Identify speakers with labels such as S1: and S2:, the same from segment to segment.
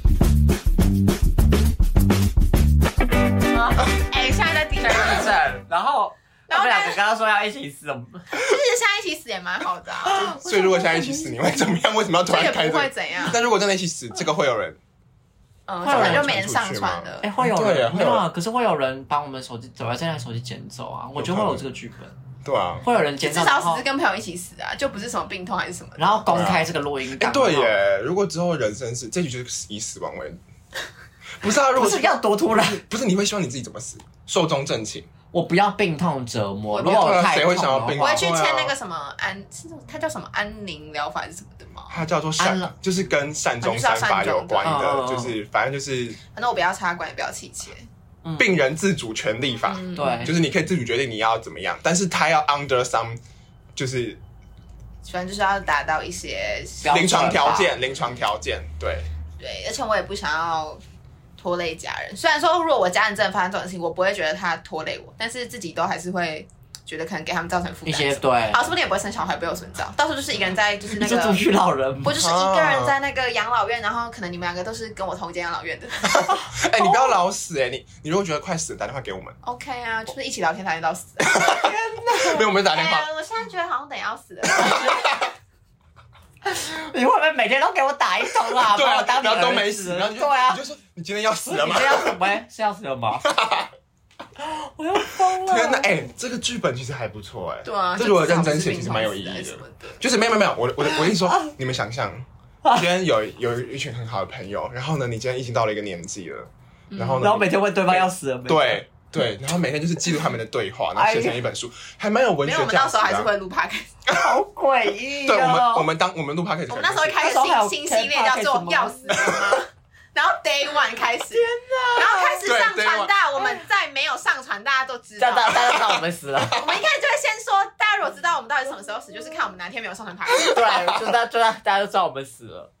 S1: 要说要一起死，
S2: 就是现在一起死也蛮好的、啊，
S3: 所以如果现在一起死，你会怎么样？为什么要突
S2: 这也
S3: 然开这
S2: 不会
S3: 个？
S2: 怎样。
S3: 那如果真的一起死，这个会有人
S2: 嗯，这
S1: 会有
S2: 可
S1: 人
S2: 能就没人
S3: 传
S2: 上
S3: 出去
S2: 传
S3: 吗
S2: 了。
S1: 哎、会有
S3: 对啊
S1: 人
S3: 会
S1: 没
S3: 有
S1: 有啊？可是会有人把我们手机，走在这台手机捡走啊！我觉得会有这个剧本，
S3: 对啊？
S1: 会有人
S2: 至
S1: 捡到，然哦
S2: 少
S1: 后
S2: 只是跟朋友一起死啊，就不是什么病痛还是什么的。
S1: 然后公开这个录音
S3: 哎、
S1: 档。
S3: 对
S1: 然后，
S3: 耶！如果之后人生是这局就是以死亡为，不是啊？如
S1: 不
S3: 果
S1: 是要多突然，
S3: 不是你会希望你自己怎么死？寿终正寝，
S1: 我不要病痛折磨。
S2: 我
S1: 如果
S3: 对啊
S1: 太
S3: 谁会想要
S1: 痛的
S3: 病
S2: 我
S1: 话
S2: 会去签那个什么安，是它叫什么安宁疗法还是什么的吗？
S3: 它叫做
S1: 安
S3: 善
S1: 乐，
S3: 就是跟善终三法有关
S1: 啊就是要善
S3: 的，
S1: 终
S3: 就是反正就是
S2: 反正我不要插管，也不要气切。
S3: 病人自主权利法，
S2: 嗯，
S1: 对，
S3: 就是你可以自主决定你要怎么样，但是他要 under some 就是
S2: 反正就是要达到一些
S1: 标准吧
S3: 临床条件，临床条件，对，
S2: 对，而且我也不想要拖累家人。虽然说，如果我家人真的发生这种事情，我不会觉得他拖累我，但是自己都还是会觉得可能给他们造成负
S1: 一
S2: 担。
S1: 些对，
S2: 啊，说不定也不会生小孩，不会有损伤。到时候就是一个人在，就是
S1: 你
S2: 那
S1: 就
S2: 个
S1: 独，居老人
S2: 我就是一个人在那个养老院，然后可能你们两个都是跟我同一间养老院的。
S3: 哎、你不要老死哎、你你如果觉得快死，打电话给我们，
S2: OK 啊，就是一起聊天聊天到死。
S3: 没有我们就打
S2: 哎
S3: 电话
S2: 呀，，我现在觉得好像等一下要死了。
S1: 你会不会每天都给我打一通啊？
S3: 对
S1: 把
S3: 啊
S1: 我，当你
S3: 然后都
S1: 儿
S3: 没
S1: 子
S3: 死，然后你就
S1: 对啊
S3: 你，就说你今天要死了
S1: 你
S3: 吗？
S1: 这样子喂是要死了 吗？我要疯了！
S3: 天哪，哎、这个剧本其实还不错哎、
S2: 对啊，
S3: 这
S2: 就
S3: 如果认
S2: 至少
S3: 真
S2: 不是
S3: 写，
S2: 病
S3: 其实蛮有
S2: 痛
S3: 意
S2: 死还
S3: 义
S2: 是
S3: 的
S2: 什。么的。
S3: 就是没有没有没有，我的我的我的意思
S2: 啊
S3: 说，你们想象，今天有有一群很好的朋友，然后呢，你今天已经到了一个年纪了，然后呢，
S1: 然后每天问对方要死了没？，
S3: 对对，然后每天就是记录他们的对 话，然后
S1: 哎
S3: 写成一本书，还蛮有文
S2: 没
S3: 学
S2: 有，我们到
S3: 价值
S2: 时
S3: 的
S2: 候
S3: 啊。
S2: 还是会录 p o d
S1: 好诡异哦。
S3: 对我们我们当我们录 p o d
S2: 我们那时候会开
S1: 那时候还有
S2: 始新新系列叫做
S1: Podcast 吗
S2: “要死人吗”，然后 Day One 开始，然后开始上
S3: 对，Day One
S2: 传大，我们在没有上传，大家都知道
S1: 大。家大家知道我们死 了，
S2: 我们一开始就会先说，大家如果知道我们到底什么时候死，就是看我们哪天没有上传 p o
S1: 对，就大就大大家都知道我们死了。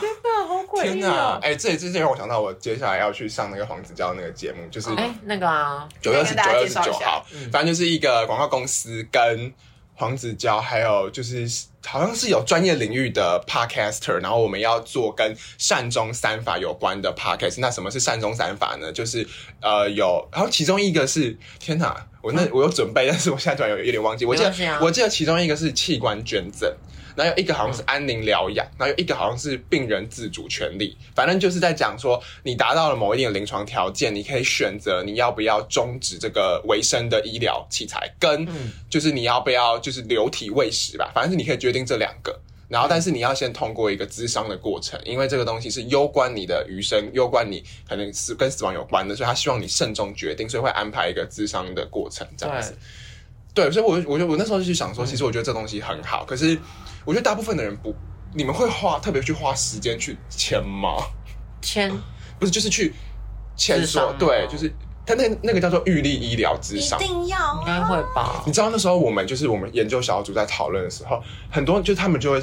S1: 天哪，好诡
S3: 天
S1: 异
S3: 哪
S1: 哦！！
S3: 哎，这这这让我想到，我接下来要去上那个黄子佼那个节目，
S2: 哦
S3: 就是
S1: 哎，那个啊，
S3: 九月二十
S2: 大
S3: 九、
S2: 家
S3: 二
S2: 介
S3: 十
S2: 绍一
S3: 九
S2: 下嗯
S3: 号，反正就是一个广告公司跟黄子佼，还有就是好像是有专业领域的 podcaster，然后我们要做跟善终三法有关的 podcast。那什么是善终三法呢？就是呃有，然后其中一个是天哪，我那我有准备，但是我现在突然有有点忘记。我记
S1: 嗯
S3: 得、
S1: 没关系啊
S3: 我记得其中一个是器官捐赠。然后有一个好像
S1: 嗯
S3: 是安宁疗养，然后有一个好像是病人自主权利，反正就是在讲说，你达到了某一定的临床条件，你可以选择你要不要终止这个维生的医疗器材，跟
S1: 嗯
S3: 就是你要不要就是流体喂食吧，反正是你可以决定这两个。
S1: 嗯
S3: 然后，但是你要先通过一个咨商的过程，因为这个东西是攸关你的余生，攸关你可能死跟死亡有关的，所以他希望你慎重决定，所以会安排一个咨商的过程这样子。对，所以我就我就我那时候就去想说，其实我觉得这东西很好，可是我觉得大部分的人不，你们会花特别去花时间去签吗？
S1: 签
S3: 不是，就是去签
S1: 智商
S3: 说
S1: 吗，
S3: 对，就是他那那个叫做预立医疗之
S2: 一
S3: 商。
S2: 定要
S1: 应
S2: 啊
S1: 该会吧？
S3: 你知道那时候我们就是我们研究小组在讨论的时候，很多就是他们就会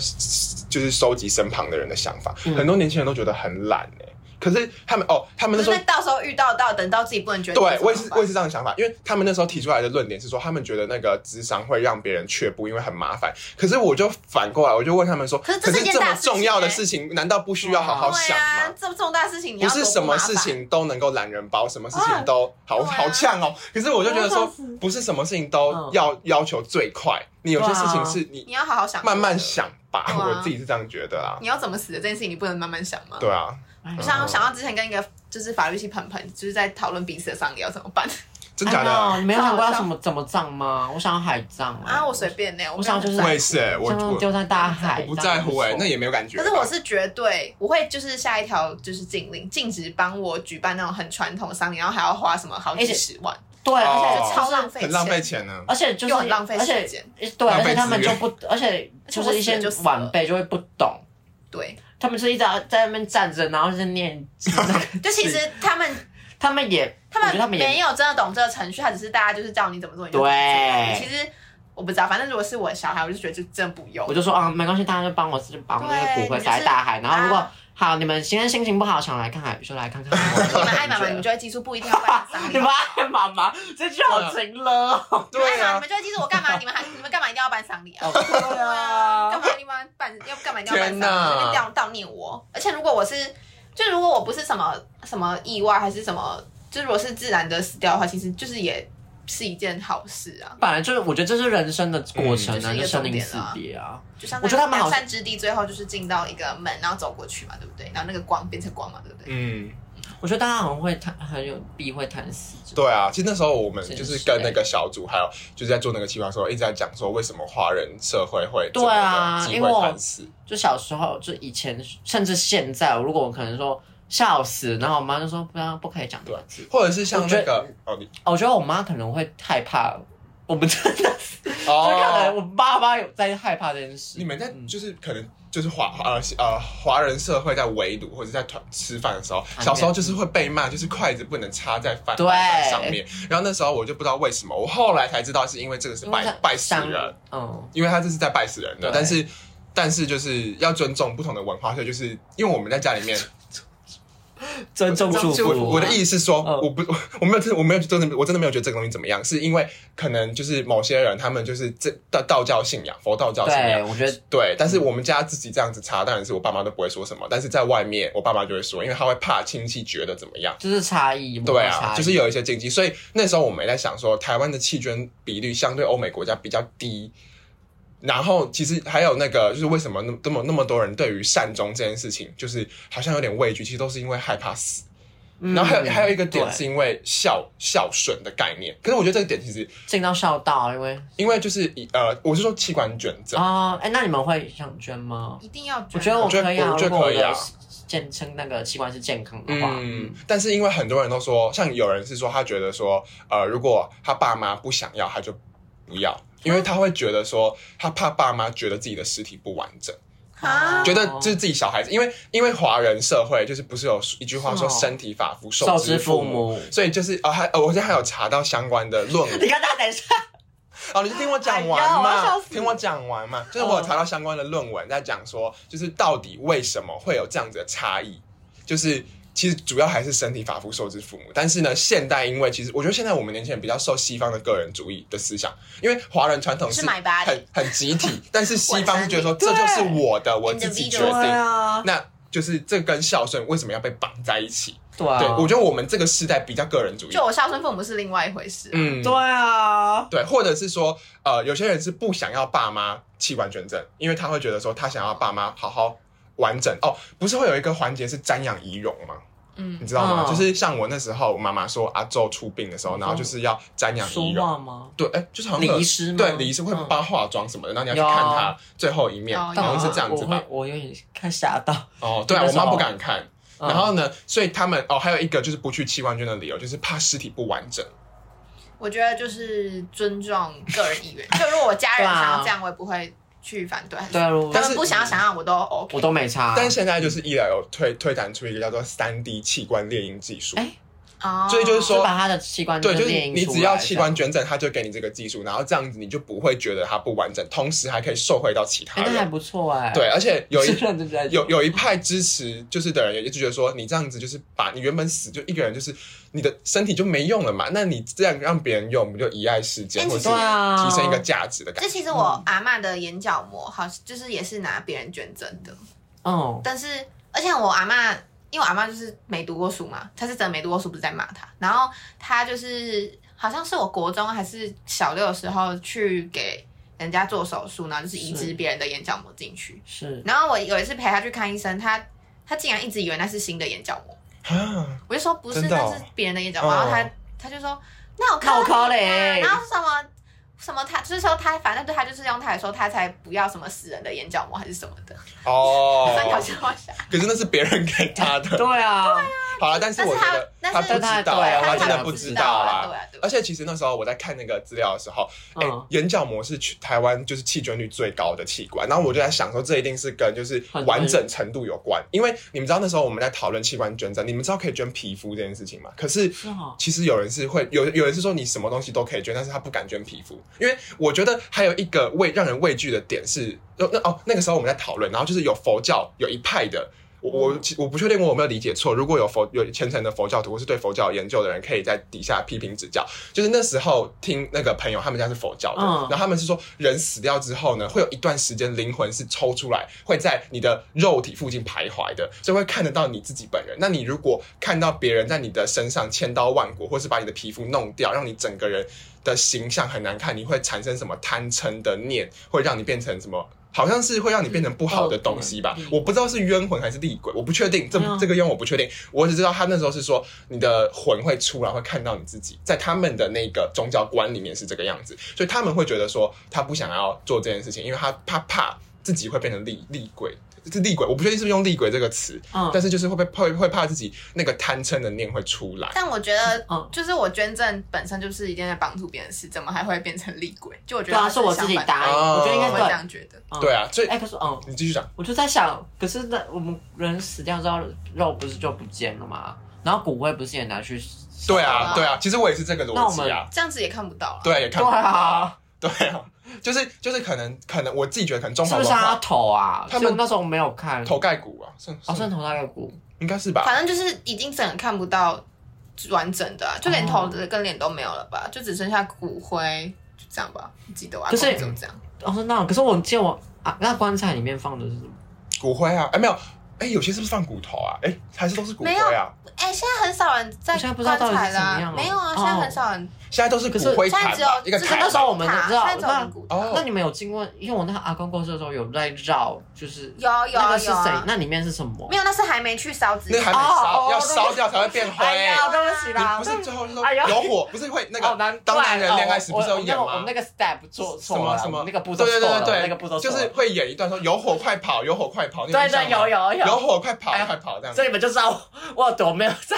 S3: 就是收集身旁的人的想法，很多年轻人都觉得很懒哎、可是他们哦，他们那时候
S2: 那到时候遇到到等到自己不能决定，
S3: 对，我也是，我也是这样的想法，因为他们那时候提出来的论点是说，他们觉得那个智商会让别人却步，因为很麻烦。可是我就反过来，我就问他们说，
S2: 可
S3: 可
S2: 是这是一件
S3: 这么
S2: 大事情
S3: 重要的
S2: 欸
S3: 事情，难道不需要好好
S2: 对
S3: 想
S2: 啊
S3: 吗？，
S2: 这么重大事情你
S3: 不
S2: 要
S3: 是
S2: 多
S3: 什么
S2: 麻烦
S3: 事，情都能够懒人包，什么事
S1: 啊
S3: 情都好、
S2: 对啊
S3: 好呛哦。可是我就觉得
S1: 我要
S3: 说
S1: 笑死，
S3: 不是什么事情都
S1: 嗯
S3: 要要求最快，你有些
S1: 对啊
S3: 事情是你
S2: 你要好好想，
S3: 慢慢，想吧。
S2: 对啊
S3: 我自己是这样觉得啊。
S2: 你要怎么死的这件事情，你不能慢慢想吗？
S3: 对啊，
S1: 哎
S2: 我想想到之前跟一个就是法律系朋朋，就是在讨论彼此的丧礼要怎么办
S3: 真假
S2: 哎
S3: 的？
S1: 哎你没有想过要什么怎么葬吗？我想要海葬欸
S2: 啊！我随便呢、我
S1: 我想就是
S3: 我也是欸，我
S1: 像那种
S3: 我
S1: 丢在大海，
S3: 我不在乎哎，
S1: 这样
S3: 那
S1: 也
S3: 也没有感觉吧。
S2: 可是我是绝对，我会就是下一条就是禁令，禁止帮我举办那种很传统的丧礼，然后还要花什么好几十万，
S1: 不错对，而且
S3: 哦
S1: 就
S2: 超
S1: 超
S2: 浪费，
S3: 很浪费，钱呢。
S1: 而且就是
S2: 又很浪费时，间。
S1: 而且哎对，
S3: 浪
S1: 而
S3: 费
S1: 且他们
S3: 资
S1: 就
S3: 源
S1: 不，而且就是一些
S2: 而且我死了就死了
S1: 晚辈就会不懂，
S2: 对，
S1: 他们是一直在那边站着，然后在念经，
S2: 就其实他们
S1: 他们也，
S2: 他
S1: 我觉得他
S2: 们
S1: 们也
S2: 没有真的懂这个程序，他只是大家就是叫你怎么做你就怎么做。
S1: 对
S2: 其实我不知道，反正如果是我的小孩，我就觉得就真的不用
S1: 我。就说啊，没关系，大家就帮我就把我那个
S2: 对
S1: 骨灰
S2: 你
S1: 撒
S2: 就
S1: 在
S2: 是
S1: 大海，然后如果
S2: 啊
S1: 好，你们今天心情不好，想来看海，就来看看我。
S2: 你们爱妈妈，你们就会记住不一定要办丧礼
S1: 你。们爱妈妈，这句好情了
S2: 爱
S1: 哦。
S2: 妈
S3: 对
S2: 妈，
S3: 啊
S2: 你，们就会记住我干嘛？你们还你们干嘛一定要办丧礼 啊？
S1: 对啊
S2: 干，嘛一定要办？要干嘛一定要办丧
S3: 天哪
S2: 礼？就是悼悼念我。而且如果我是，就如果我不是什么什么意外，还是什么，就如果是自然的死掉的话，其实就是也是一件好事啊。
S1: 本来就是，我觉得这是人生的过程啊，
S2: 嗯就
S1: 就
S2: 是一个
S1: 生
S2: 重
S1: 离
S2: 点
S1: 死
S2: 啊
S1: 别啊。
S2: 就像
S1: 我觉得他们好
S2: 两善之地，最后就是进到一个门，然后走过去嘛，对不对？然后那个光变成光嘛，对不对？
S3: 嗯，
S1: 我觉得大家很会谈，很有避讳谈死。
S3: 对啊，其实那时候我们
S1: 真
S3: 就是
S1: 是
S3: 跟那个小组，还有就是在做那个计划的时候，一直在讲说为什么华人社会会这么
S1: 对啊
S3: 的忌
S1: 因为
S3: 讳
S1: 我
S3: 谈死，
S1: 就小时候，就以前，甚至现在，哦如果我可能说笑死，然后我妈就说不要，不可以讲这个字。
S3: 啊或者是像
S1: 我觉
S3: 那
S1: 得
S3: 个哦，你
S1: 哦我觉得我妈可能会害怕，我们真的是，就可能
S3: 哦，
S1: 我爸妈有在害怕这件事。
S3: 你们在
S1: 嗯
S3: 就是可能就是华呃呃华人社会在围堵或者在团吃饭的时候，
S1: 团
S3: 小时候就是会被骂，就是筷子不能插在饭
S1: 对
S3: 饭上面。然后那时候我就不知道为什么，我后来才知道是因为这个是
S1: 因为
S3: 拜
S1: 他
S3: 拜死
S1: 伤
S3: 人，
S1: 嗯，
S3: 因为他这是在拜死人的，
S1: 对
S3: 但是但是就是要尊重不同的文化，所以就是因为我们在家里面，
S1: 尊重祝福。
S3: 我我的意思是说，
S1: 嗯
S3: 我不我我没有真我没有真的我真的没有觉得这个东西怎么样，是因为可能就是某些人他们就是这道道教信仰佛道教信
S1: 对，
S3: 仰。
S1: 我觉得
S3: 对，但是我们家自己这样子查，当然是我爸妈都不会说什么，但是在外面我爸妈就会说，因为他会怕亲戚觉得怎么样。
S1: 就是差异，文化
S3: 对
S1: 差
S3: 啊，
S1: 异
S3: 就是有一些禁忌，所以那时候我们也在想说，台湾的弃捐比率相对欧美国家比较低。然后其实还有那个，就是为什么那那么那么多人对于善终这件事情，就是好像有点畏惧，其实都是因为害怕死。
S1: 嗯
S3: 然后还有、还有一个点
S1: 对
S3: 是因为孝孝顺的概念，可是我觉得这个点其实
S1: 进到孝道，因为
S3: 因为就是以呃，我是说器官捐赠，
S1: 啊，哎、那你们会想捐吗？
S2: 一定要捐啊。
S1: 我觉得我
S3: 觉得
S1: 可以啊，
S3: 我觉得
S1: 如果
S3: 可以啊
S1: 我的健身那个器官是健康的话，
S3: 嗯，但是因为很多人都说，像有人是说他觉得说，呃，如果他爸妈不想要，他就不要，因为他会觉得说，他怕爸妈觉得自己的尸体不完整，
S1: 哦
S2: 啊，
S3: 觉得就是自己小孩子，因为因为华人社会就是不是有一句话说“
S1: 是哦
S3: 身体发肤
S1: 受
S3: 受
S1: 之
S3: 父
S1: 父
S3: 母”，
S1: 母。
S3: 所以就是啊，还呃，我现在还有查到相关的论文
S1: 你看他等一下，
S3: 哦，你就听我讲
S2: 哎呀我
S3: 完
S2: 要
S3: 嘛
S2: 笑，死
S3: 听我讲完嘛。就是我有查到相关的论文，在讲说，就是到底为什么会有这样子的差异，就是。其实主要还是身体发肤受之父母，但是呢，现代因为其实我觉得现在我们年轻人比较受西方的个人主义的思想，因为华人传统
S2: 你是买吧
S3: 很很集体， 但是西方是觉得说
S2: 我
S3: 这
S1: 传
S3: 就是
S1: 统
S3: 我的，我自己决
S2: Individual
S3: 定，
S1: 啊，
S3: 那就是这跟孝顺为什么要被绑在一起？
S1: 对啊，
S3: 对我觉得我们这个时代比较个人主义
S2: 就，我孝顺父母是另外一回事啊。
S3: 嗯，
S1: 对啊，
S3: 对，或者是说，呃，有些人是不想要爸妈器官捐赠，因为他会觉得说他想要爸妈好好完整哦，不是会有一个环节是瞻仰遗容吗？
S2: 嗯
S3: 你知道吗？
S1: 嗯
S3: 就是像我那时候，我妈妈说阿周出殡的时候，然后就是要瞻仰
S1: 说
S3: 遗容，
S1: 话吗？
S3: 对，哎，就是好像有
S1: 礼仪师吗？
S3: 对礼仪师会
S1: 嗯
S3: 帮他化妆什么的，然后你要去看他最后一面，
S2: 有
S1: 哦
S3: 好
S2: 有
S3: 像是这样子
S1: 我
S3: 吧
S1: 会？我有点看吓到。
S3: 哦，对啊，
S1: 那
S3: 我
S1: 时候
S3: 妈不敢看。
S1: 嗯
S3: 然后呢？所以他们哦，还有一个就是不去器官捐的理由，就是怕尸体不完整。
S2: 我觉得就是尊重个人意愿。就如果我家人想要这样，我也不会去反对。
S1: 对啊，如
S2: 他
S3: 但
S2: 们
S3: 是
S2: 不想要想要，我都 OK。
S1: 我都没差。
S3: 但现在就是医疗有推推展出一个叫做三 D 器官猎鹰技术。
S1: 哎
S2: 哦
S3: 所以就是说
S1: 就把他的器官
S3: 对，就是
S1: 猎鹰
S3: 你
S1: 出
S3: 只要
S1: 来
S3: 器
S1: 这样
S3: 官。捐赠，他就给你这个技术，然后这样子你就不会觉得它不完整，同时还可以受惠到其他
S1: 哎，那还
S3: 人。
S1: 不错哎。
S3: 对，，而且有 一
S1: 是认真在
S3: 有有一派支持就是的人也就觉得说，你这样子就是把你原本死就一个人，就是你的身体就没用了嘛，那你这样让别人用，不就贻害世界，
S2: 哎
S3: 或者是
S1: 对啊，
S3: 提升一个价值的感
S2: 这
S3: 觉？
S2: 其实我阿嬷的眼角膜，好就是也是拿别人捐赠的，
S1: 嗯，
S2: 但是而且我阿嬷，因为我阿嬷就是没读过书嘛，她是真的没读过书，不是在骂她。然后她就是好像是我国中还是小六的时候去给人家做手术，然后就是移
S1: 是
S2: 植别人的眼角膜进去。
S1: 是
S2: 然后我有一次陪她去看医生，她她竟然一直以为那是新的眼角膜，
S3: 啊，
S2: 我就说不是，
S3: 真的哦
S2: 那是别人的眼角膜。
S3: 嗯
S2: 然后她她就说那我看
S1: 那我靠
S2: 啊
S1: 嘞
S2: 然，后什么什么他，就是说他，反正对他就是用他来说，他才不要什么死人的眼角膜还是什么的， 三条
S3: 哦，
S2: 线往下。
S3: 可是那是别人给他 的。
S1: 对啊，
S3: 好了，但是
S2: 但
S3: 我
S2: 是
S3: 觉
S2: 他
S3: 得
S2: 但是
S3: 他不知道
S1: 对
S3: 啊，
S1: 啊
S3: 他
S1: 他
S3: 真的
S1: 不
S3: 不
S1: 知
S3: 知
S2: 道
S3: 道
S2: 啊
S3: 啦
S2: 对啊对啊。
S3: 而且其实那时候我在看那个资料的时候，哎、
S1: 嗯，
S3: 眼角膜是去台湾就是弃捐率最高的器官，然后我就在想说，这一定是跟就是完整程度有关，因为你们知道那时候我们在讨论器官捐赠，你们知道可以捐皮肤这件事情吗？可是
S1: 是哦，
S3: 其实有人是会有有人是说你什么东西都可以捐，但是他不敢捐皮肤，因为我觉得还有一个畏让人畏惧的点是，那那哦那个时候我们在讨论，然后就是有佛教有一派的。我我其我不确定我有没有理解错。如果有佛有虔诚的佛教徒或是对佛教有研究的人，可以在底下批评指教。就是那时候听那个朋友他们家是佛教的，
S1: 嗯
S3: 然后他们是说人死掉之后呢，会有一段时间灵魂是抽出来，会在你的肉体附近徘徊的，所以会看得到你自己本人。那你如果看到别人在你的身上千刀万剐，或是把你的皮肤弄掉，让你整个人的形象很难看，你会产生什么贪嗔的念，会让你变成什么？好像是会让你变成不好的东西吧
S1: 嗯，
S3: 我不知道是冤魂还是厉鬼，我不确定。这
S1: 嗯
S3: 这个冤我不确定，我只知道他那时候是说你的魂会出来，会看到你自己，在他们的那个宗教观里面是这个样子，所以他们会觉得说他不想要做这件事情，因为他他怕自己会变成厉厉鬼，是厉鬼，我不确定是不是用厉鬼这个词，
S1: 嗯
S3: 但是就是会被会会怕自己那个贪嗔的念会出来。
S2: 但我觉得
S1: 嗯，
S2: 就是我捐赠本身就是一件在帮助别人的事，怎么还会变成厉鬼？就我觉
S1: 对
S2: 得
S1: 啊，
S2: 它
S1: 是我自己
S2: 相反
S1: 答应，
S3: 哦
S1: 我觉得应
S2: 的，
S1: 该
S2: 我会这
S1: 对。
S2: 样觉得。
S1: 嗯
S3: 对，啊，所以
S1: 哎，可是嗯，
S3: 你继续讲，
S1: 我就在想，可是那我们人死掉之后，肉不是就不见了吗？然后骨灰不是也拿去烧
S3: 对
S1: 了
S3: 啊，
S1: 吗？
S3: 对啊，其实我也是这个
S1: 嗯那
S3: 逻
S1: 我们
S3: 辑啊，
S2: 这样子也看不到了。
S3: 对，也看
S1: 对啊，
S3: 对啊，就是就是可能可能我自己觉得可能中
S1: 是
S3: 华
S1: 不
S3: 文
S1: 是他
S3: 化
S1: 头啊？他
S3: 他们
S1: 们那时候没有看，
S3: 头盖骨啊，算
S1: 哦，
S3: 算
S1: 算头那个骨，
S3: 应该是吧？
S2: 反正就是已经整个看不到完整的、啊，就连头
S1: 哦
S2: 的跟脸都没有了吧，就只剩下骨灰，就这样吧。我记得我阿公
S1: 可是
S2: 就这样，
S1: 哦，是那种，可是我见我啊，那棺材里面放的是什么？
S3: 骨灰啊，哎没有，哎有些是不是放骨头啊？哎还是都是骨灰
S2: 没
S3: 啊？
S2: 哎、现在很少人在
S1: 我现在不
S2: 棺
S1: 知道到底是
S2: 材啦、
S1: 怎么样了
S2: 没有啊，
S1: 哦
S2: 现在很少人，
S3: 现在都是骨灰
S2: 现在
S3: 坛
S2: 只有
S3: 吧，一个
S2: 只
S1: 是
S3: 坛
S1: 那时候我们
S2: 塔
S1: 你知道
S2: 现在只有灵骨塔
S3: 那哦
S1: 那你们有经过？因为我那阿公过世的时候有在绕，就是
S2: 有有
S1: 那
S2: 啊
S1: 个是
S2: 有
S1: 谁
S2: 啊？，
S1: 那里面是什么
S2: 没？有，那是还没去烧纸
S3: 那还没
S1: 哦
S3: 烧，
S1: 哦
S3: 要
S1: 对不
S3: 烧掉才会变灰。
S1: 哎呀，对不起啦，
S3: 你不是最后就说
S1: 哎呦
S3: 有火，不是会那
S1: 哦难
S3: 个
S1: 怪
S3: 当男人恋爱时不是
S1: 哦
S3: 有
S1: 我我那
S3: 演
S1: 个我
S3: 吗
S1: 那？个 step 做
S3: 什
S1: 错
S3: 么
S1: 了，
S3: 什么
S1: 我那个步骤
S3: 对
S1: 错
S3: 对对
S1: 了，
S3: 对对，
S1: 那个步骤错
S3: 就
S1: 了
S3: 是会演一段说有火快跑，有火快跑，你有
S1: 对
S3: 印象
S1: 对
S3: 吗
S1: 有有
S3: 有
S1: 有，
S3: 火快跑
S1: 哎呀
S3: 快跑这样子
S1: 所以。你们就知道我我有多没有在，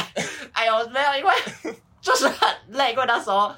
S1: 哎呦没有，因为 就是很累，因为那时候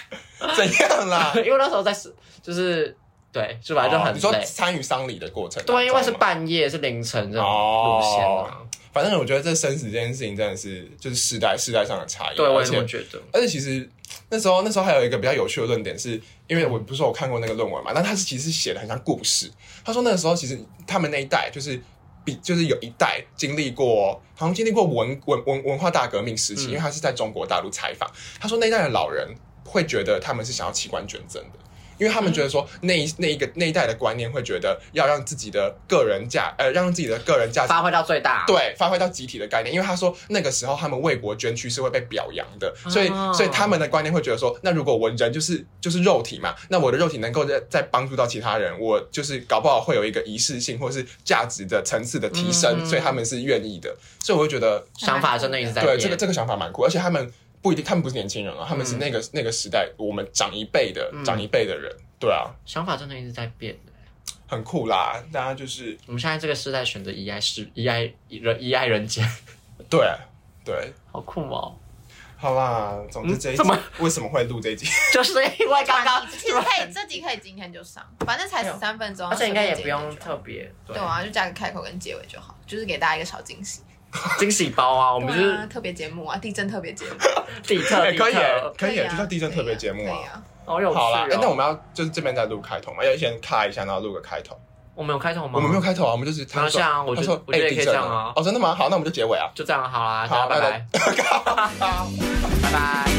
S3: 怎样啦？
S1: 因为那时候在是就是对，是吧？就
S3: 哦
S1: 很
S3: 你说
S1: 累，
S3: 参与丧礼的过程当中啊吗，
S1: 对，因为是半夜是凌晨这种路线
S3: 哦
S1: 啊，
S3: 反正我觉得这生死这件事情真的是就是世代世代上的差异，啊
S1: 对我
S3: 而
S1: 也这
S3: 且
S1: 么觉得。
S3: 而且其实那时候那时候还有一个比较有趣的论点是，因为我不是说我看过那个论文嘛，但他是其实写的很像故事。他说那个时候其实他们那一代就是比就是有一代经历过，好像经历过文文文文化大革命时期，
S1: 嗯
S3: 因为他是在中国大陆采访。他说那一代的老人会觉得他们是想要器官捐赠的。因为他们觉得说那一那一个那一代的观念会觉得要让自己的个人价呃让自己的个人价值
S1: 发挥到最大，啊
S3: 对，发挥到集体的概念，因为他说那个时候他们为国捐躯是会被表扬的，所以、
S1: 哦
S3: 所以他们的观念会觉得说，那如果我人就是就是肉体嘛，那我的肉体能够再再帮助到其他人，我就是搞不好会有一个仪式性或是价值的层次的提升，
S1: 嗯
S3: 所以他们是愿意的，所以我就觉得
S1: 想法真的一直在
S3: 对
S1: 变。
S3: 这个这个想法蛮酷，而且他们不一定，他们不是年轻人啊，他们是
S1: 嗯
S3: 那个、那个时代我们长一辈的、
S1: 嗯
S3: 长一辈的人，对啊，
S1: 想法真的一直在变。
S3: 很酷啦，大家就是
S1: 我们现在这个时代选择一爱是一爱人一爱人间，
S3: 对对，
S1: 好酷哦！
S3: 好啦，总之
S1: 嗯
S3: 这一集、
S1: 怎么
S3: 为什么会录这一集？
S1: 就是因为刚 刚，
S2: 其实可以，这集可以今天就上，反正才
S1: 没有
S2: 十三分钟，
S1: 哎而且应该也
S2: 随
S1: 不
S2: 便剪
S1: 用
S2: 一剪
S1: 特别
S2: 就好。对啊，就加个开口跟结尾就好，就是给大家一个小惊喜。
S1: 惊喜包啊，我
S2: 我
S1: 们就
S2: 啊，
S1: 是
S2: 特别节目啊，地震特别节目，
S1: 地特
S3: 哎
S1: 地
S3: 可以耶
S1: 特，，
S3: 可以耶，
S2: 啊
S3: 就叫地震特别节目
S2: 可以
S3: 啊。
S2: 啊。
S1: 好有趣
S3: 好啦，哎，那我
S1: 哦！
S3: 们要就是这边再录开头嘛，要先卡一下，然后录个开头。
S1: 我们有开头吗？
S3: 我们没有，开头啊，我们就是
S1: 没
S3: 他
S1: 关系
S3: 说
S1: 啊，我
S3: 他
S1: 觉
S3: 说
S1: 得我觉
S3: 哎
S1: 得也可
S3: 地
S1: 以这
S3: 震
S1: 样
S3: 啊
S1: 啊，，
S3: 哦真的吗？好，那我们就结尾啊。
S1: 就这样好啦，
S3: 好
S1: 大家拜
S3: 拜
S1: 拜，拜拜。